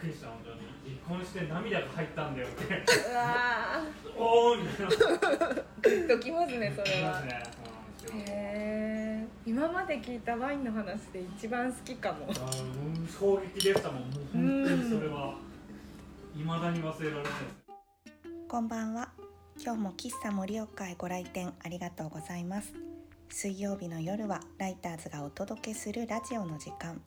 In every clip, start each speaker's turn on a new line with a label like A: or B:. A: くりした本当に離婚して涙が入ったんだよ って
B: うわ
A: おーみたいな
B: ーグッときますねそ
A: あり
B: れ
A: ます
B: は
A: ねそうなんですよ
B: へえ今まで聞いたワインの話で一番好きかも
A: あーもう衝撃でしたもんもう本当にそれは未だに忘れられないです
C: こんばんは。今日も喫茶盛岡へご来店ありがとうございます。水曜日の夜はライターズがお届けするラジオの時間。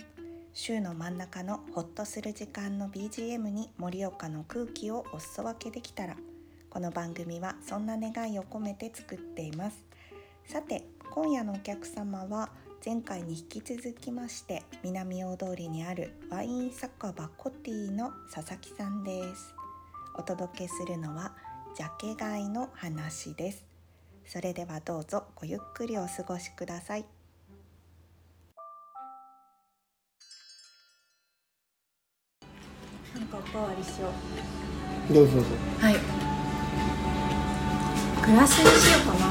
C: 週の真ん中のホッとする時間の BGM に盛岡の空気をお裾分けできたら、この番組はそんな願いを込めて作っています。さて、今夜のお客様は前回に引き続きまして南大通りにあるワイン酒場コティの佐々木さんです。お届けするのはジャケ買いの話ですそれではどうぞごゆっくりお過ごしくださいなんかおかわりしよう
D: どうぞどうぞ
C: はいグラスにしようかな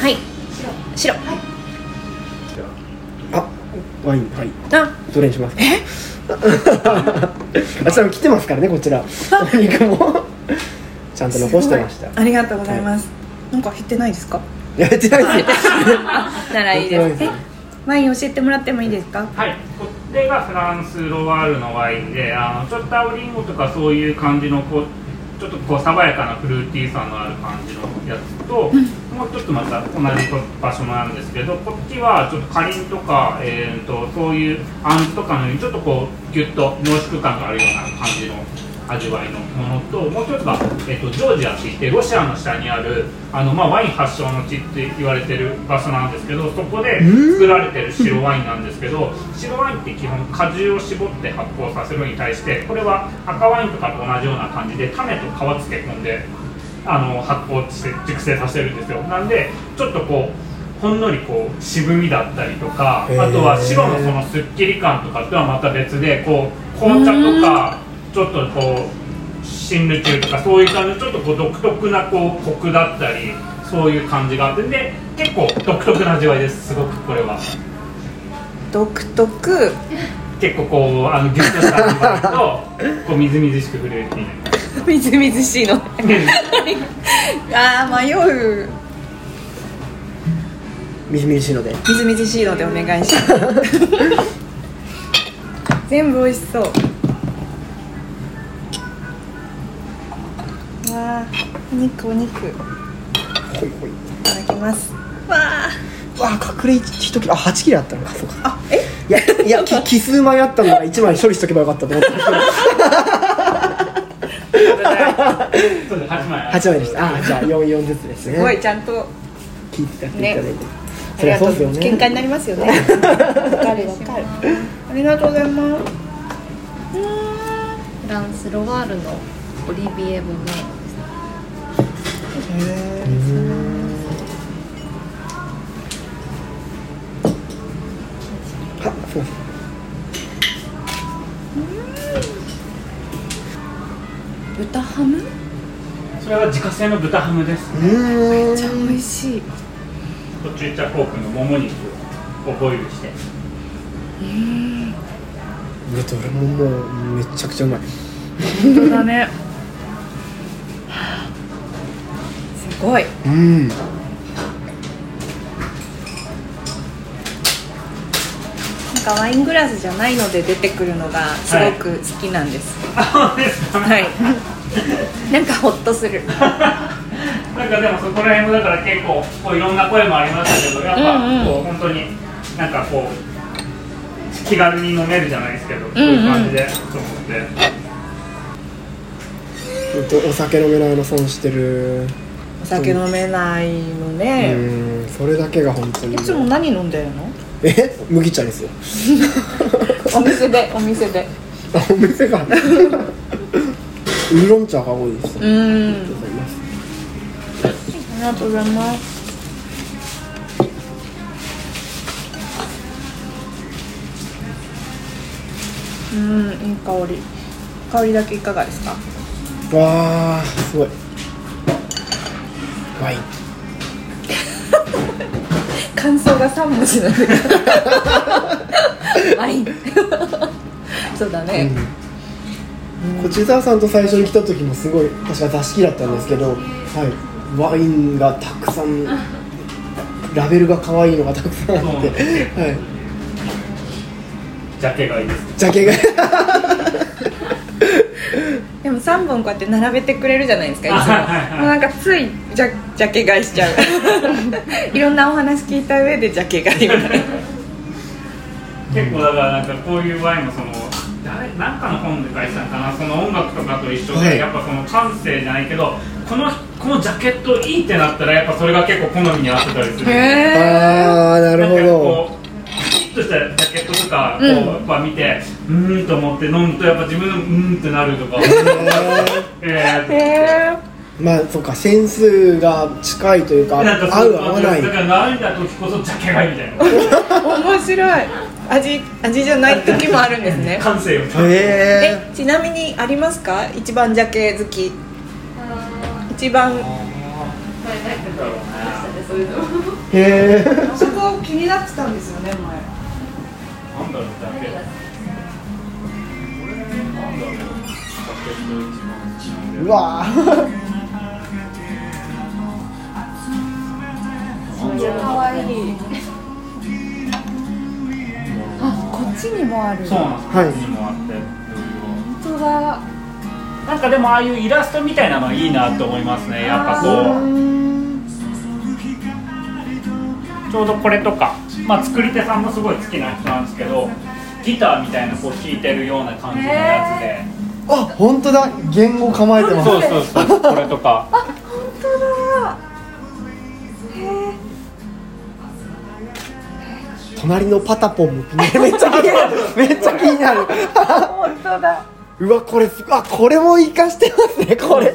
C: はい白はい
D: あワインはい
C: あ
D: どれにしますかえ あちなみに来てますからねこちらお肉もちゃんと残してましたい
E: ありがとうございます。なんか減ってないですか。
D: や違います
E: ならいい
D: や違い
E: で
D: ま
E: す。え
D: す
E: ワイン教えてもらってもいいですか。
A: はい、これがフランスロワールのワインであのちょっと青りんごとかそういう感じのこうちょっとこう爽やかなフルーティーさのある感じのやつと、もう一つまた同じ場所なんですけどこっちはちょっとかりんとか、えー、とそういうあんとかのようにちょっとこうギュッと濃縮感があるような感じの味わいのものともう一つが、えー、とジョージアっていってロシアの下にあるあの、まあ、ワイン発祥の地って言われてる場所なんですけどそこで作られてる白ワインなんですけど白ワインって基本果汁を絞って発酵させるのに対してこれは赤ワインとかと同じような感じで種と皮漬け込んであの発酵して熟成させるんですよなんでちょっとこうほんのりこう渋みだったりとかあ
D: へー
A: とは白のそのすっきり感とかとはまた別でこう紅茶とかちょっとこう新ル中とかそういう感じでちょっとこう独特なこうコクだったりそういう感じがあってで結構独特な味わいですすごくこれは
E: 独特。
A: 結構こうあのギュッとした味わいとこうみずみずしくフルーティーになります
E: みずみずしいの。
A: ね
E: ああ、迷う。
D: みじみじしいので
E: みずみずしいのでお願いします。 全部美味しそう。わあ、お肉お肉。い
D: ほいほい
E: ただきます。わあ、
D: わあ隠れ一切れあ八切れあったのかそうか
E: あ、え、
D: いやいやき奇数枚あったのが一枚処理しとけばよかったと思って
A: そうです8枚
D: 八枚でしたあじゃあ四四ずつですね
E: すごいちゃんと。
D: 聞いてやっていただいて、
E: あ
D: そ
E: り
D: りゃ
E: がと
D: そううですよね
E: 喧嘩になりますよね。わかるわかる。ありがとうございます。
B: フランスロワールのオリビエ・ボメ
D: あすいません
E: 豚ハム。
A: それは自家製の豚ハムです
D: う
E: じゃ
D: ーん
E: 美味しい。
A: コチューチャポークのもも肉をボイルして
D: いやどれももうめちゃくちゃうまい
E: 本当だね。 すごい。
D: うん
E: なんかワイングラスじゃないので出てくるのがすごく好きなんです。
A: あそうですか
E: はい。なんかホッとする。
A: なんかでもそこら辺もだから結構こういろんな声もありましたけどやっぱこう本当になんかこう気軽に飲めるじゃないですけど、そういう感じでと思って
D: 本当お酒飲めないの損してる
E: お酒飲めないの
D: う
E: ね。
D: んそれだけが本当に
E: いつも何飲んでるの？
D: え麦茶ですよ
E: お店でお店で。
D: あお店がウーロン茶が多いですあり
E: うん
D: がと。うございます
E: ありがとうございます。うん、いい香り。香りだけいかがですか。
D: わあすごいワイン
E: 感想が三文字なん だ けど。ワイン。そうだね。
D: うんこちざわさんと最初に来た時もすごい確か座敷だったんですけど、はい、ワインがたくさんラベルが可愛いのがたくさんあって、
A: そうなんですね
D: はい、
A: ジャケ買いです
D: ジャケが
E: でも3本こうやって並べてくれるじゃないですかいつも
A: あはいはいはい
E: もうなんかついじゃジャケ買いしちゃ ういろんなお話聞いた上でジャケ買い みたいな
A: 結構だからなんかこういうワインもその誰なんかの本で書いてたのかなその音楽とかと一緒で、
D: はい
A: やっぱその感性じゃないけどこのこのジャケットいいってなったらやっぱそれが結構好みに合ってたりする
D: あーなるほ
A: んか
D: ど
A: こうピッとしたジャケットとかこう、やっぱ見てうーんと思って飲むとやっぱ自分のうーんってなるとかえー
E: へえ
D: まあそうかセンスが近いというか
A: なんか
D: 合
A: そう
D: 合わない
A: だから悩んだ時こそジャケ買いみたいな
E: 面白い味味じゃない時もあるんですね
A: 感性を
D: へ
E: えちなみにありますか一番ジャケ好き一番
D: えへえ
E: そこ気になってたんですよね前
A: なんだろうジャケ俺なんだろうジャケット一番好きなんだよ
D: うわー
A: 可愛い
F: あこっちにもある
A: そうなんです
D: はい
A: こっちにもあっていろいろ
F: 本当だ
A: なんかでもああいうイラストみたいなのいいなと思いますねやっぱこうちょうどこれとか、まあ、作り手さんもすごい好きな人なんですけどギターみたいなこう弾いてるような感じのやつで、
D: あ本当だ言語構えてます
A: そうそう そうこれとか
F: 本当だへえ
D: 隣のパタポンも気になるめっちゃ気になるめっちゃ気になる
F: 本当だ
D: うわこれすあこれも活かしてますねこ
A: あ
D: れ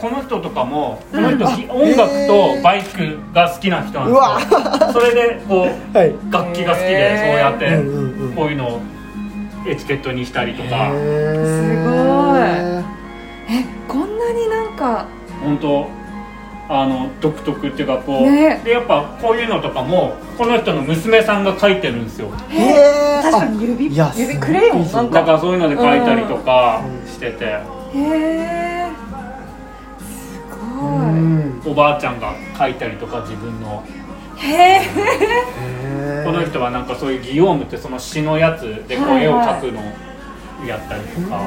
A: とこの人とかもこの人、
D: うん
A: 音楽とバイクが好きな人
D: う
A: なん
D: わ
A: ですよそれでこう
D: はい
A: 楽器が好きでそうやって
D: うんうんうん
A: こういうのをエチケットにしたりとか
D: す
F: えこんなになんか
A: 本当あの独特っていうかこう、
F: ね
A: でやっぱこういうのとかもこの人の娘さんが描いてるんですよ
D: ごいへえ
F: 確かに指
D: いや
F: 指クレヨンなん
A: だ
F: か
A: からそういうので描いたりとかしてて、
F: へえすご
A: おばあちゃんが描いたりとか自分の。
F: いへえ
A: この人はなんかそういうギヨームってその詩のやつでこう絵を描くのをやったりとか、
F: わ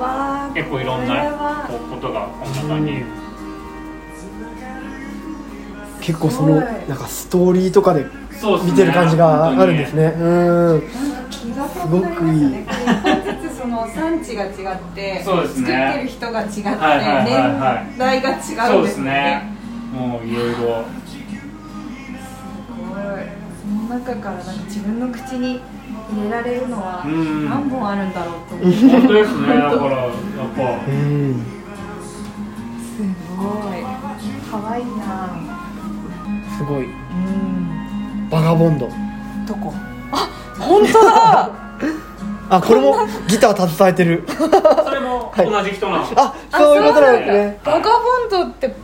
F: あ
A: 結構いろん
F: これ
A: な
F: は
A: こうことがこの中に、
D: 結構そ
F: すご
D: の
F: い
D: なんかストーリーとかで
A: そうっすね
D: 見てる感じがあるんですねうん
F: なんか気が遠くなりましたね。こう一個ずつその産地が違って、
A: そうですね
F: 作ってる人が違って、
A: はいはいはいは
F: 年
A: い
F: 代が違
A: そ
F: うんで
A: うですす
F: よ
A: ね
F: ね。
A: もういろいろ
F: すごい。その中からなんか自分の口に入れられるのは
A: うん
F: 何本あるんだろうと思って。す
A: 本当です ねだからやっぱ
D: うん
F: ごい。可愛いな。
D: すごいバガボンド
F: どこ？あ、本当だ。
D: あこれもギター携えてる
A: それも同じ人なんですよ、
D: あそういうことなんですね
F: バガボンドって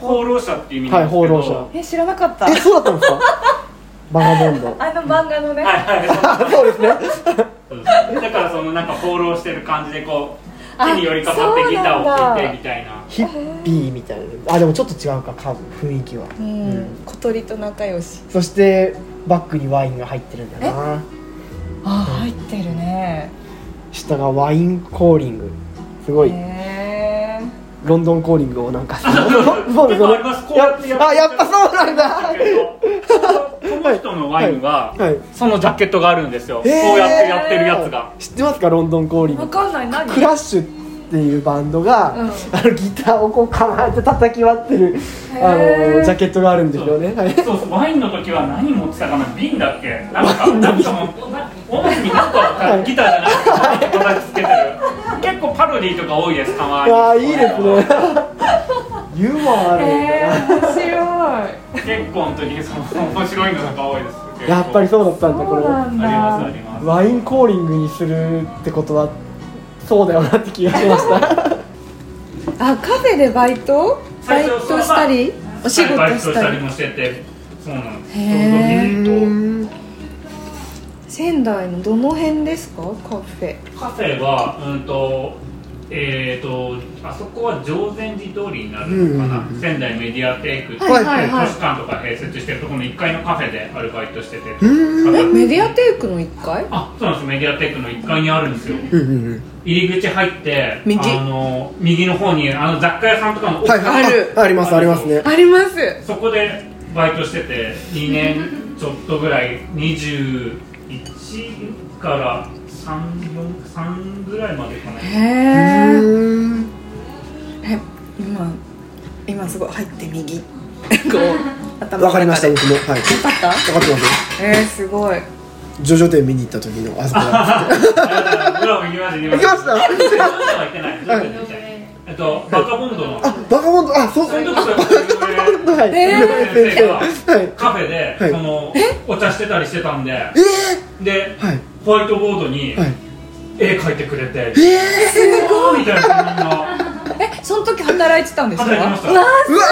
A: 放浪者っていう意味なんですけど、
D: はい放浪
F: え知らなか った
D: え。そうだったんですかバガボンド
F: あの漫画のね。
A: はいはい
D: あ そうですね
A: そうですだからそのなんか放浪してる感じでこう手に寄りかかっ
F: あ
A: て
F: そう
A: ギタ
F: な
A: ー
F: ん
A: を
F: だ
A: 弾いてみたいな
D: ヒッピーみたいなあでもちょっと違うか多分雰囲気は
E: うん小鳥と仲良し
D: そしてバッグにワインが入ってるんだよな
E: あ入ってるね
D: 下がワインコーリングすごい
E: へえ
D: ロンドンコーリングをなんか そう
A: 結構ありますこうやってやって
D: あやっぱそうなんだ
A: だけどこの人のワインは、
D: はい
A: そのジャケットがあるんですよ、
D: へー
A: こうやってやってるやつが
D: 知ってますかロンドンコーリン
F: わ
D: グ
F: かんない何？
D: クラッシュっていうバンドが、
F: うん
D: あのギターをこう構えて叩き割ってるあ
F: へ
D: の
F: ー
D: ジャケットがあるんですよねはい
A: そうそうワインの時は何持ってたかな瓶だっけなんかなんかもうな音楽になんかギターじゃないですか叩きつけてる結構パロディーとか多いですたまに
D: ああいいですねユーモアあるん
F: え
D: だな、
F: ー、面白い。
A: 結構の時にその面白いのが多いです結構
D: やっぱりそうだったんだこ
F: そうなん
A: ありますあ
F: だ。
A: ります
D: れワインコーリングにするってことはそうだよなって気がしました
E: あカフェでバイトバ
A: 最
E: イ
A: 初
E: トしたりお仕事
A: バイト
E: し
A: した
E: た
A: り
E: り
A: もしててそうなんです
E: へー
A: ちょうど瓶と
E: 私仙台のどの辺ですかカフェ
A: カフェは、うんと、えっ、と、あそこは常禅寺通りになるのかな、
D: うんうんうん
A: 仙台メディアテイクって、
E: はいはいはい
A: 図書館とか併設してるところの1階のカフェでアルバイトしてて、
D: うんうん
E: えメディアテイクの1階
A: あ、そうなんです、メディアテイクの1階にあるんですよ。
D: うんうん
A: 入り口入って、
E: 右
A: あの右の方にあの雑貨屋さんとかの
D: うんはいはい
E: ある
D: あありますありますね
E: あります
A: そこでバイトしてて2年ちょっとぐらい21から33ぐらいまでかな
E: へ
D: う
E: え
D: ーん
E: 今今すごい入って右こう頭の中で
D: わかりました僕もはい
E: わかった
D: 分かってますよ
E: えー、すごい
D: ジョジョ展見に行った時のあそこだ
A: ブラボー行きました行きま
D: 行きました
A: したは行ってない
D: はい
A: えっとバカボンドの
D: あバカボンドあそう
A: そ
D: そう
A: の時
D: は
A: は
D: い
E: えー
D: 井上先生はい
A: カフェで
D: はい
A: そのお茶してたりしてたんで
D: え
A: で
D: ーはい
A: ホワイトボードに
D: はい
A: 絵描いてくれて
D: えー
A: すごいみたいなみんな
E: えその時働いてたんですか
A: 働いてました
E: うわ
D: うわ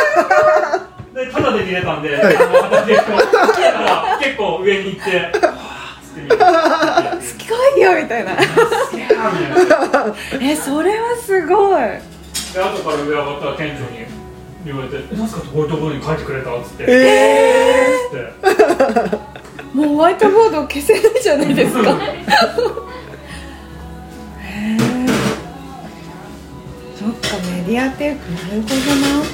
A: でただで入れたんで、
D: い
A: あの畑でこうだから結構上に行って「わーっつって見て
E: すごいよみたいな
A: すげえな」みたいな
E: えそれはすごい
A: で後から上上がったら店長に言われて「えなんすかこういうところに書いてくれた」っつって「え
D: え
A: っ?」つって
E: もうホワイトボードを消せないじゃないですかへえそっかメディアテークなるほどな、
D: うん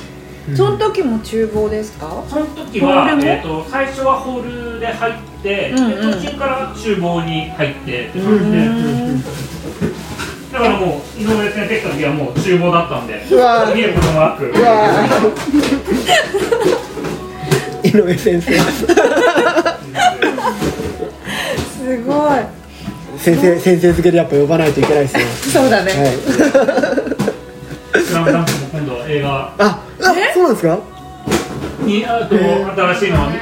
E: その時も厨房ですか
A: その時
E: ホー
A: は
E: ル、も
A: えー、と最初はホールで入って、
E: うんうん
A: で途中から厨房に入ってって感じで、
E: うん
A: だからもう井上先生来た時はもう厨房だったんで
D: うわー
A: 見ることもなく
D: ーうわー井上先生
E: すごい
D: 先生先生付けでやっぱ呼ばないといけないですね
E: そうだね、
D: はい
A: スラムダンクも今度は映画
D: ああそうなんですか
A: にあと、
D: え
A: 新しいのは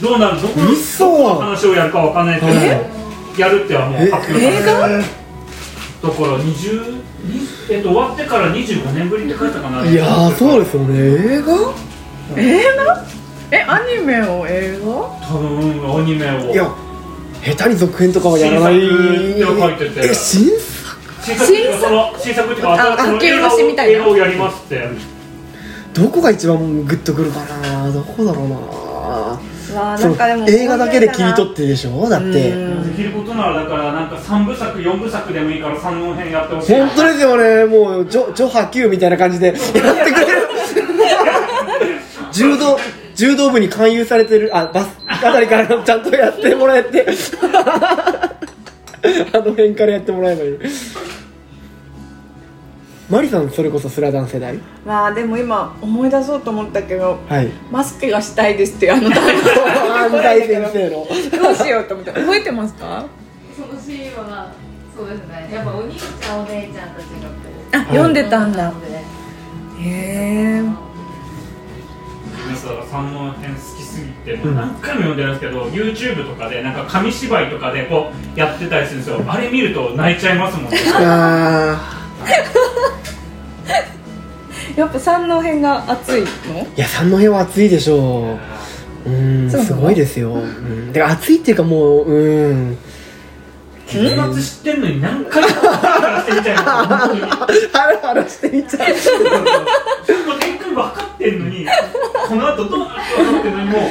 A: どうなるどこの
D: 嘘
A: 話をやるかわかんないけど、
D: え
A: やるってはもう
D: え
A: 発表されたところ20にえっと終わってから25年ぶりって書いたかない
D: やーそうですよね映画
E: 映画えアニメを映画
A: 多分アニメを
D: いや下手に続編とかはやらない
A: 新作って書いてて
D: え新作
A: 新作っていうかその新作っていうか
E: あ
A: 新しい
E: 明けおろしみたいな
A: 映画をやりますって
D: どこが一番グッとくるかなどこだろうな
E: わあ
D: そ
E: な
D: の
E: んかでも
D: 映画だけで切り取
E: っ
D: ってでしょだっ
A: で
D: て
A: きることならだからなんか3部作4部作でもいいから3本編やってほしい
D: 本当ですよねもうジョジョハ Q みたいな感じでやってくれる柔道柔道部に勧誘されてるあバスあたりからちゃんとやってもらえてあの辺からやってもらえばいいマリさんそれこそスラダン世代
E: まあでも今思い出そうと思ったけど
D: はい
E: マスクがしたいですっていう あの台本
D: 安西先生の
E: どうしようと思って覚えてますか
G: そのシーンはそうですねやっぱお兄ちゃんお姉ちゃんたちがこう
E: あ読んでたんだ
G: ので
E: へえ
A: なんか三能編好きすぎてもう何回も読んでるんですけど、YouTube とかでなんか紙芝居とかでこうやってたりするんですよあれ見ると泣いちゃいますもんね
D: あ
E: やっぱ三能編が熱いの
D: ーいや三の辺は暑いでしょううん
E: そうなの
D: すごいですよ、うん、だから暑いっていうかもううん
A: 結末知ってんのに何回も話してみたいな本当に
D: ハラハラしてみちゃう
A: もう展開分かってんのにこの後どうなるか分かってんのにもうこ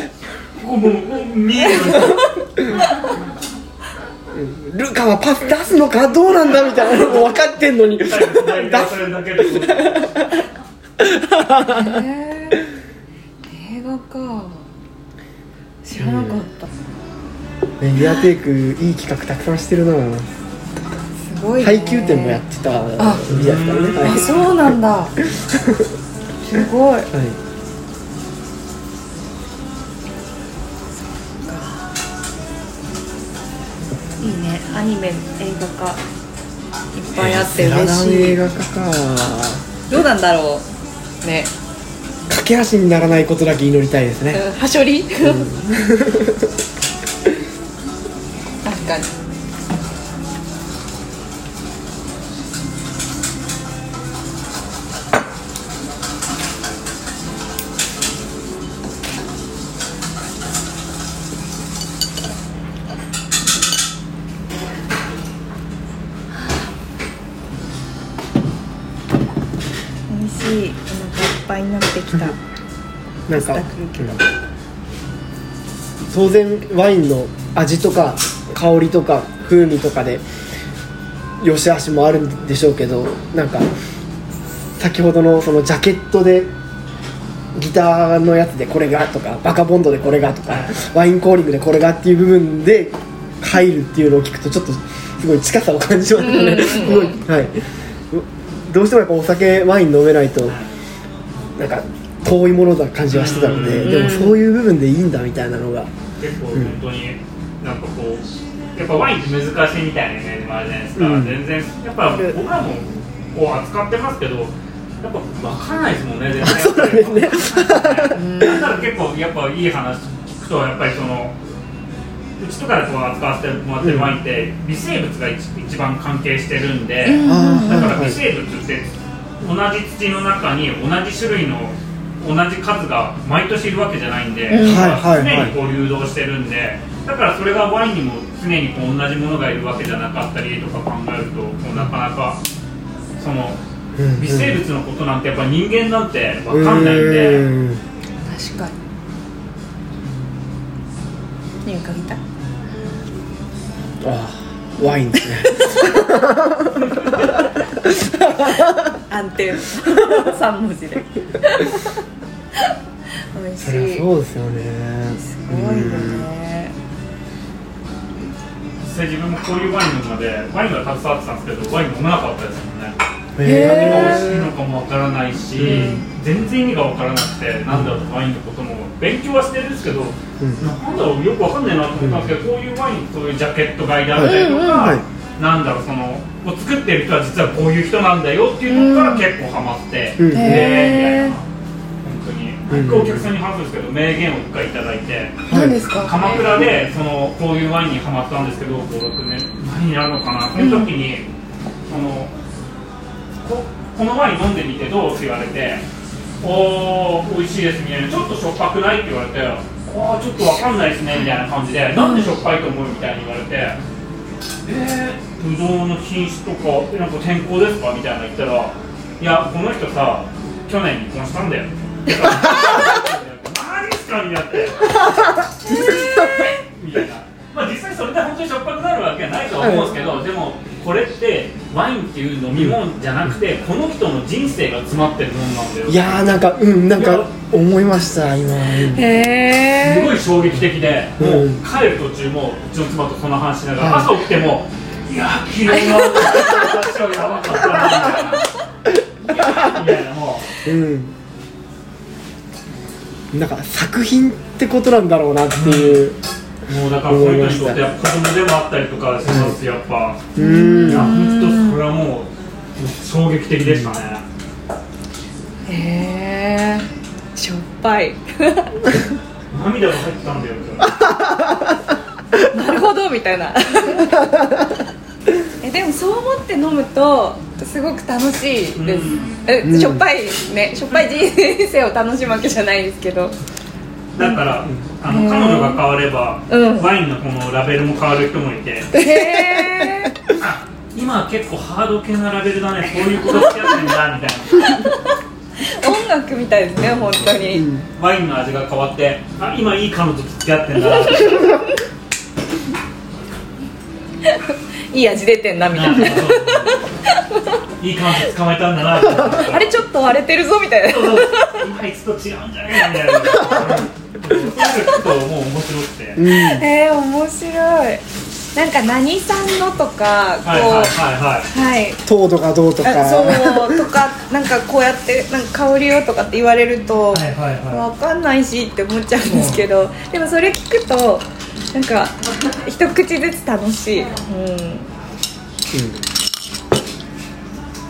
A: こもうもう見える
D: ルカはパス出すのかどうなんだみたいなのも分かってんのに出す
A: 最後左がそれだけで
E: へえ映画か知らなかった
D: メディアテイクいい企画たくさんしてるな
E: すごいね
D: 配給店もやってた時期だったねは
E: あ
D: い
E: そうなん だすごい
D: はい
E: いいねアニメ映画化いっぱいあって
D: 知ら
E: 嬉
D: な
E: し
D: い
E: い、
D: 映画化か
E: どうなんだろうね
D: 駆け足にならないことだけ祈りたいですね
E: うんはしょり確かにいいお腹いっぱいになってきた
D: なんか、
E: パスタ来るけど
D: うん当然ワインの味とか香りとか風味とかで良し悪しもあるんでしょうけどなんか先ほどのそのジャケットでギターのやつでこれがとかバカボンドでこれがとかワインコーリングでこれがっていう部分で入るっていうのを聞くとちょっとすごい近さを感じますよねすごいはい、うどうしてもやっぱお酒ワイン飲めないとなんか遠いものだ感じはしてたので、
A: うん
D: でもそういう部分でいいんだみたいなのが、
A: 結構本当になんかこうやっぱワインって難しいみたいなイメージもあるじゃないですか、
D: うん
A: 全然やっぱ僕らもこう扱ってますけどやっぱ分かんないですもんね全然 そうなんですねだから結構やっぱいい話聞くとやっぱりそのうちとかでこう扱わせてもらってるワインって微生物が一一番関係してるんで、
D: あ
A: だ
D: あ
A: から
D: はい
A: 微生物って同じ土の中に同じ種類の同じ数が毎年いるわけじゃないんで、
D: ん
A: だから
D: はいはいは
A: 常
D: い
A: にこう流動してるんでだからそれがワインにも常にこう同じものがいるわけじゃなかったりとか考えるとこうなかなかその
D: うん
A: 微生物のことなんてやっぱ人間なんて分かんないんで。
D: うん
E: 確かに匂い嗅ぎたい
D: ああワインですね
E: 安定 三文字で 美味し
D: そり
E: い
D: ゃそうですよね
E: すごいよね
A: 実際自分もこういうワイン飲むまでワインは携わってたんですけどワイン飲まなかったですもんね
D: うん
A: 何
D: へえ
A: が美味しいのかもわからないし、全然意味がわからなくて、なんだろうワインのことも勉強はしてるんですけど、なんだろうよくわかんないなと思ったんですけど、こういうワインそういうジャケット買いであったりとか、
D: はい
A: なんだろうそのこう作ってる人は実はこういう人なんだよっていうのから結構ハマって、
D: うん
A: へーみたいな本当に、
D: うん
A: お客さんに話すんですけど名言を一回いただいて。
D: はい
A: 鎌倉でそのこういうワインにハマったんですけど56年何になるのかなその時に、そのここのワイン飲んでみてどうって言われておー美味しいですみたいなちょっとしょっぱくないって言われてあーちょっとわかんないですねみたいな感じでなんでしょっぱいと思うみたいに言われてえー、ぶどうの品種とかえなんか天候ですかみたいな言ったらいやこの人さ去年離婚したんだよ 何ですかにな ってみたいな、まあ、実際それで本当にしょっぱくなるわけはないとは思うんですけど、でもこれってワインっていう飲み物じゃなくて、この人の人生が詰まってるもんなんだよ
D: いやーなんかうんなんか思いました今
A: すごい衝撃的で、
D: うん
A: もう帰る途中もうちの妻とその話しながら、
D: はい
A: 朝起きても「いやー昨日の私はやばかったな」みたいな「いやー」みたいなもう
D: うんなんか作品ってことなんだろうなっていう
A: もうだからこの人にとっては子供でもあったりとかしますやっぱ、
D: うん
A: いや本当それはもう衝撃的でしたね、
E: へえしょっぱい
A: 涙が入ってたんだよ今日
E: なるほどみた いなえでもそう思って飲むとすごく楽しいです、
D: ん
E: えしょっぱいねしょっぱい人生を楽しむわけじゃないですけ ど
A: だから、あの彼女が変われば、
E: うん
A: ワインのこのラベルも変わる人もいて、
E: へえ
A: あ今は結構ハード系なラベルだねこういうことしてやってんだみたいな
E: 音楽みたいですね本当に、
A: ワインの味が変わってあ今いい彼女と付き合ってん だ
E: いい味出てんなみたいな、
A: いい彼女捕まえたんだなみたいな
E: あれちょっと割れてるぞみたいな
A: そうそう今いつと違うんじゃねえみたいなそういうの聞くともう面白くて、はい
E: えー、面白いなんか何さんのとかこう
A: はいはいはい
E: はい
D: 糖度がどうとか
E: あそうとかなんかこうやってなんか香りをとかって言われると、
A: はいはいはい
E: わかんないしって思っちゃうんですけど、でもそれ聞くとなんか一口ずつ楽しい、うん、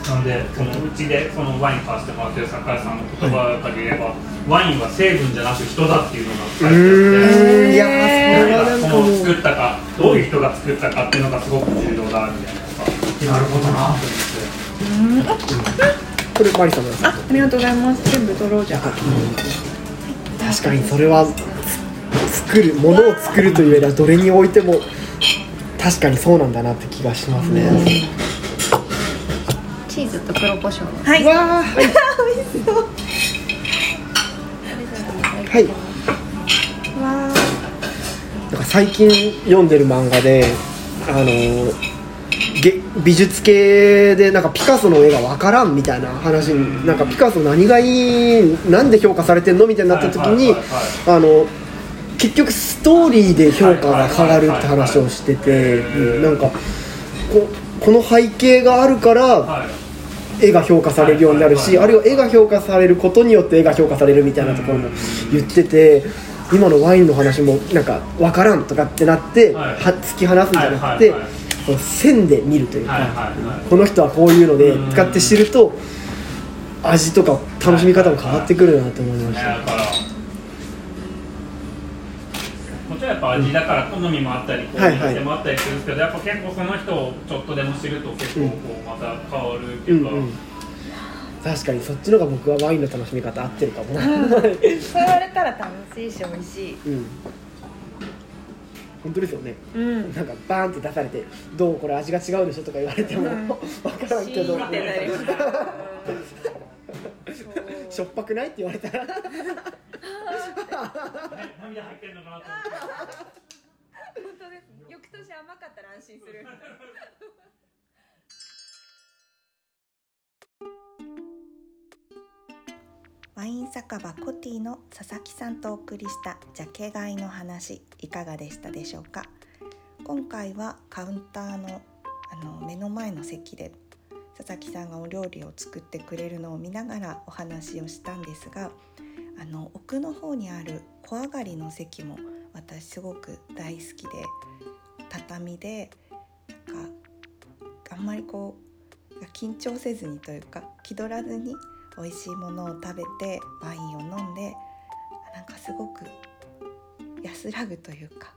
A: なので、そのうちでそのワイン買わせてもらってる酒屋さんの言葉だけ言えば、ワインは成分じゃなく人だっていうのが書いてあって。
D: うんいやーそれはなんか
A: こ
D: も
A: の
D: う
A: 作ったか、どういう人が作ったかっていうのがすごく重要だみたいなとかなるほどなと思って
D: これマリさんのやつ
E: あありがとうございます全部取ろうじゃん
D: 確かにそれはつ作るものを作るというよりはどれにおいても確かにそうなんだなって気がしますね。
H: チーズと黒胡椒の
E: はいう
D: わーはいはいなんか最近読んでる漫画であのーげ美術系でなんかピカソの絵がわからんみたいな話になんかピカソ何がいいなんで評価されてんのみたいになった時に
A: はいはい
D: あの結局ストーリーで評価が変わるって話をしてて
A: はいはいはいはい
D: うんなんかここの背景があるから
A: はい
D: 絵が評価されるようになるし
A: は
D: あ
A: いは
D: る
A: い
D: いは絵が評価されることによって絵が評価されるみたいなところも言ってて今のワインの話もなんか分からんとかってなって
A: はい
D: は突き放すんじゃ
A: は
D: なくて
A: いはいはい
D: こう線で見るという
A: はいはい
D: か
A: はい
D: この人はこういうので使って知ると味とか楽しみ方も変わってくるなと思いま
A: ね
D: し
A: だ
D: た。
A: からもちろんやっぱ味だから好みもあったりこう
D: はい
A: いう
D: はい
A: 味もあったりするんですけど、やっぱ結構その人をちょっとでも知ると結構こうまた変わるって
D: う
A: いうんか、
D: うん確かにそっちの方が僕はワインの楽しみ方合ってるかも、
E: そう言われたら楽しいし美味しい
D: うん本当ですよね
E: うん
D: なんかバーンって出されて「どうこれ味が違うでしょ」とか言われても わからん
E: シ
D: けど
E: ーンってな りま
D: しょっぱくない?」って言われたら
A: ね涙入ってんのかなと思って。
E: 本当です翌年甘かったら安心する
C: ワイン酒場コティの佐々木さんとお送りしたジャケ買いの話いかがでしたでしょうか今回はカウンターのあの目の前の席で佐々木さんがお料理を作ってくれるのを見ながらお話をしたんですがあの奥の方にある小上がりの席も私すごく大好きで畳でなんかあんまりこう緊張せずにというか気取らずに美味しいものを食べてワインを飲んでなんかすごく安らぐというか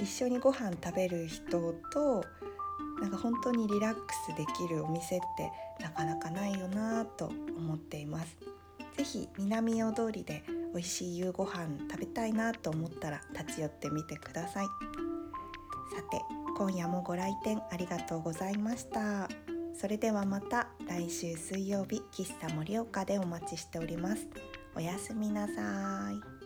C: 一緒にご飯食べる人となんか本当にリラックスできるお店ってなかなかないよなぁと思っています。ぜひ南大通りで美味しい夕ご飯食べたいなと思ったら立ち寄ってみてください。さて今夜もご来店ありがとうございました。それではまた来週水曜日喫茶盛岡でお待ちしておりますおやすみなさい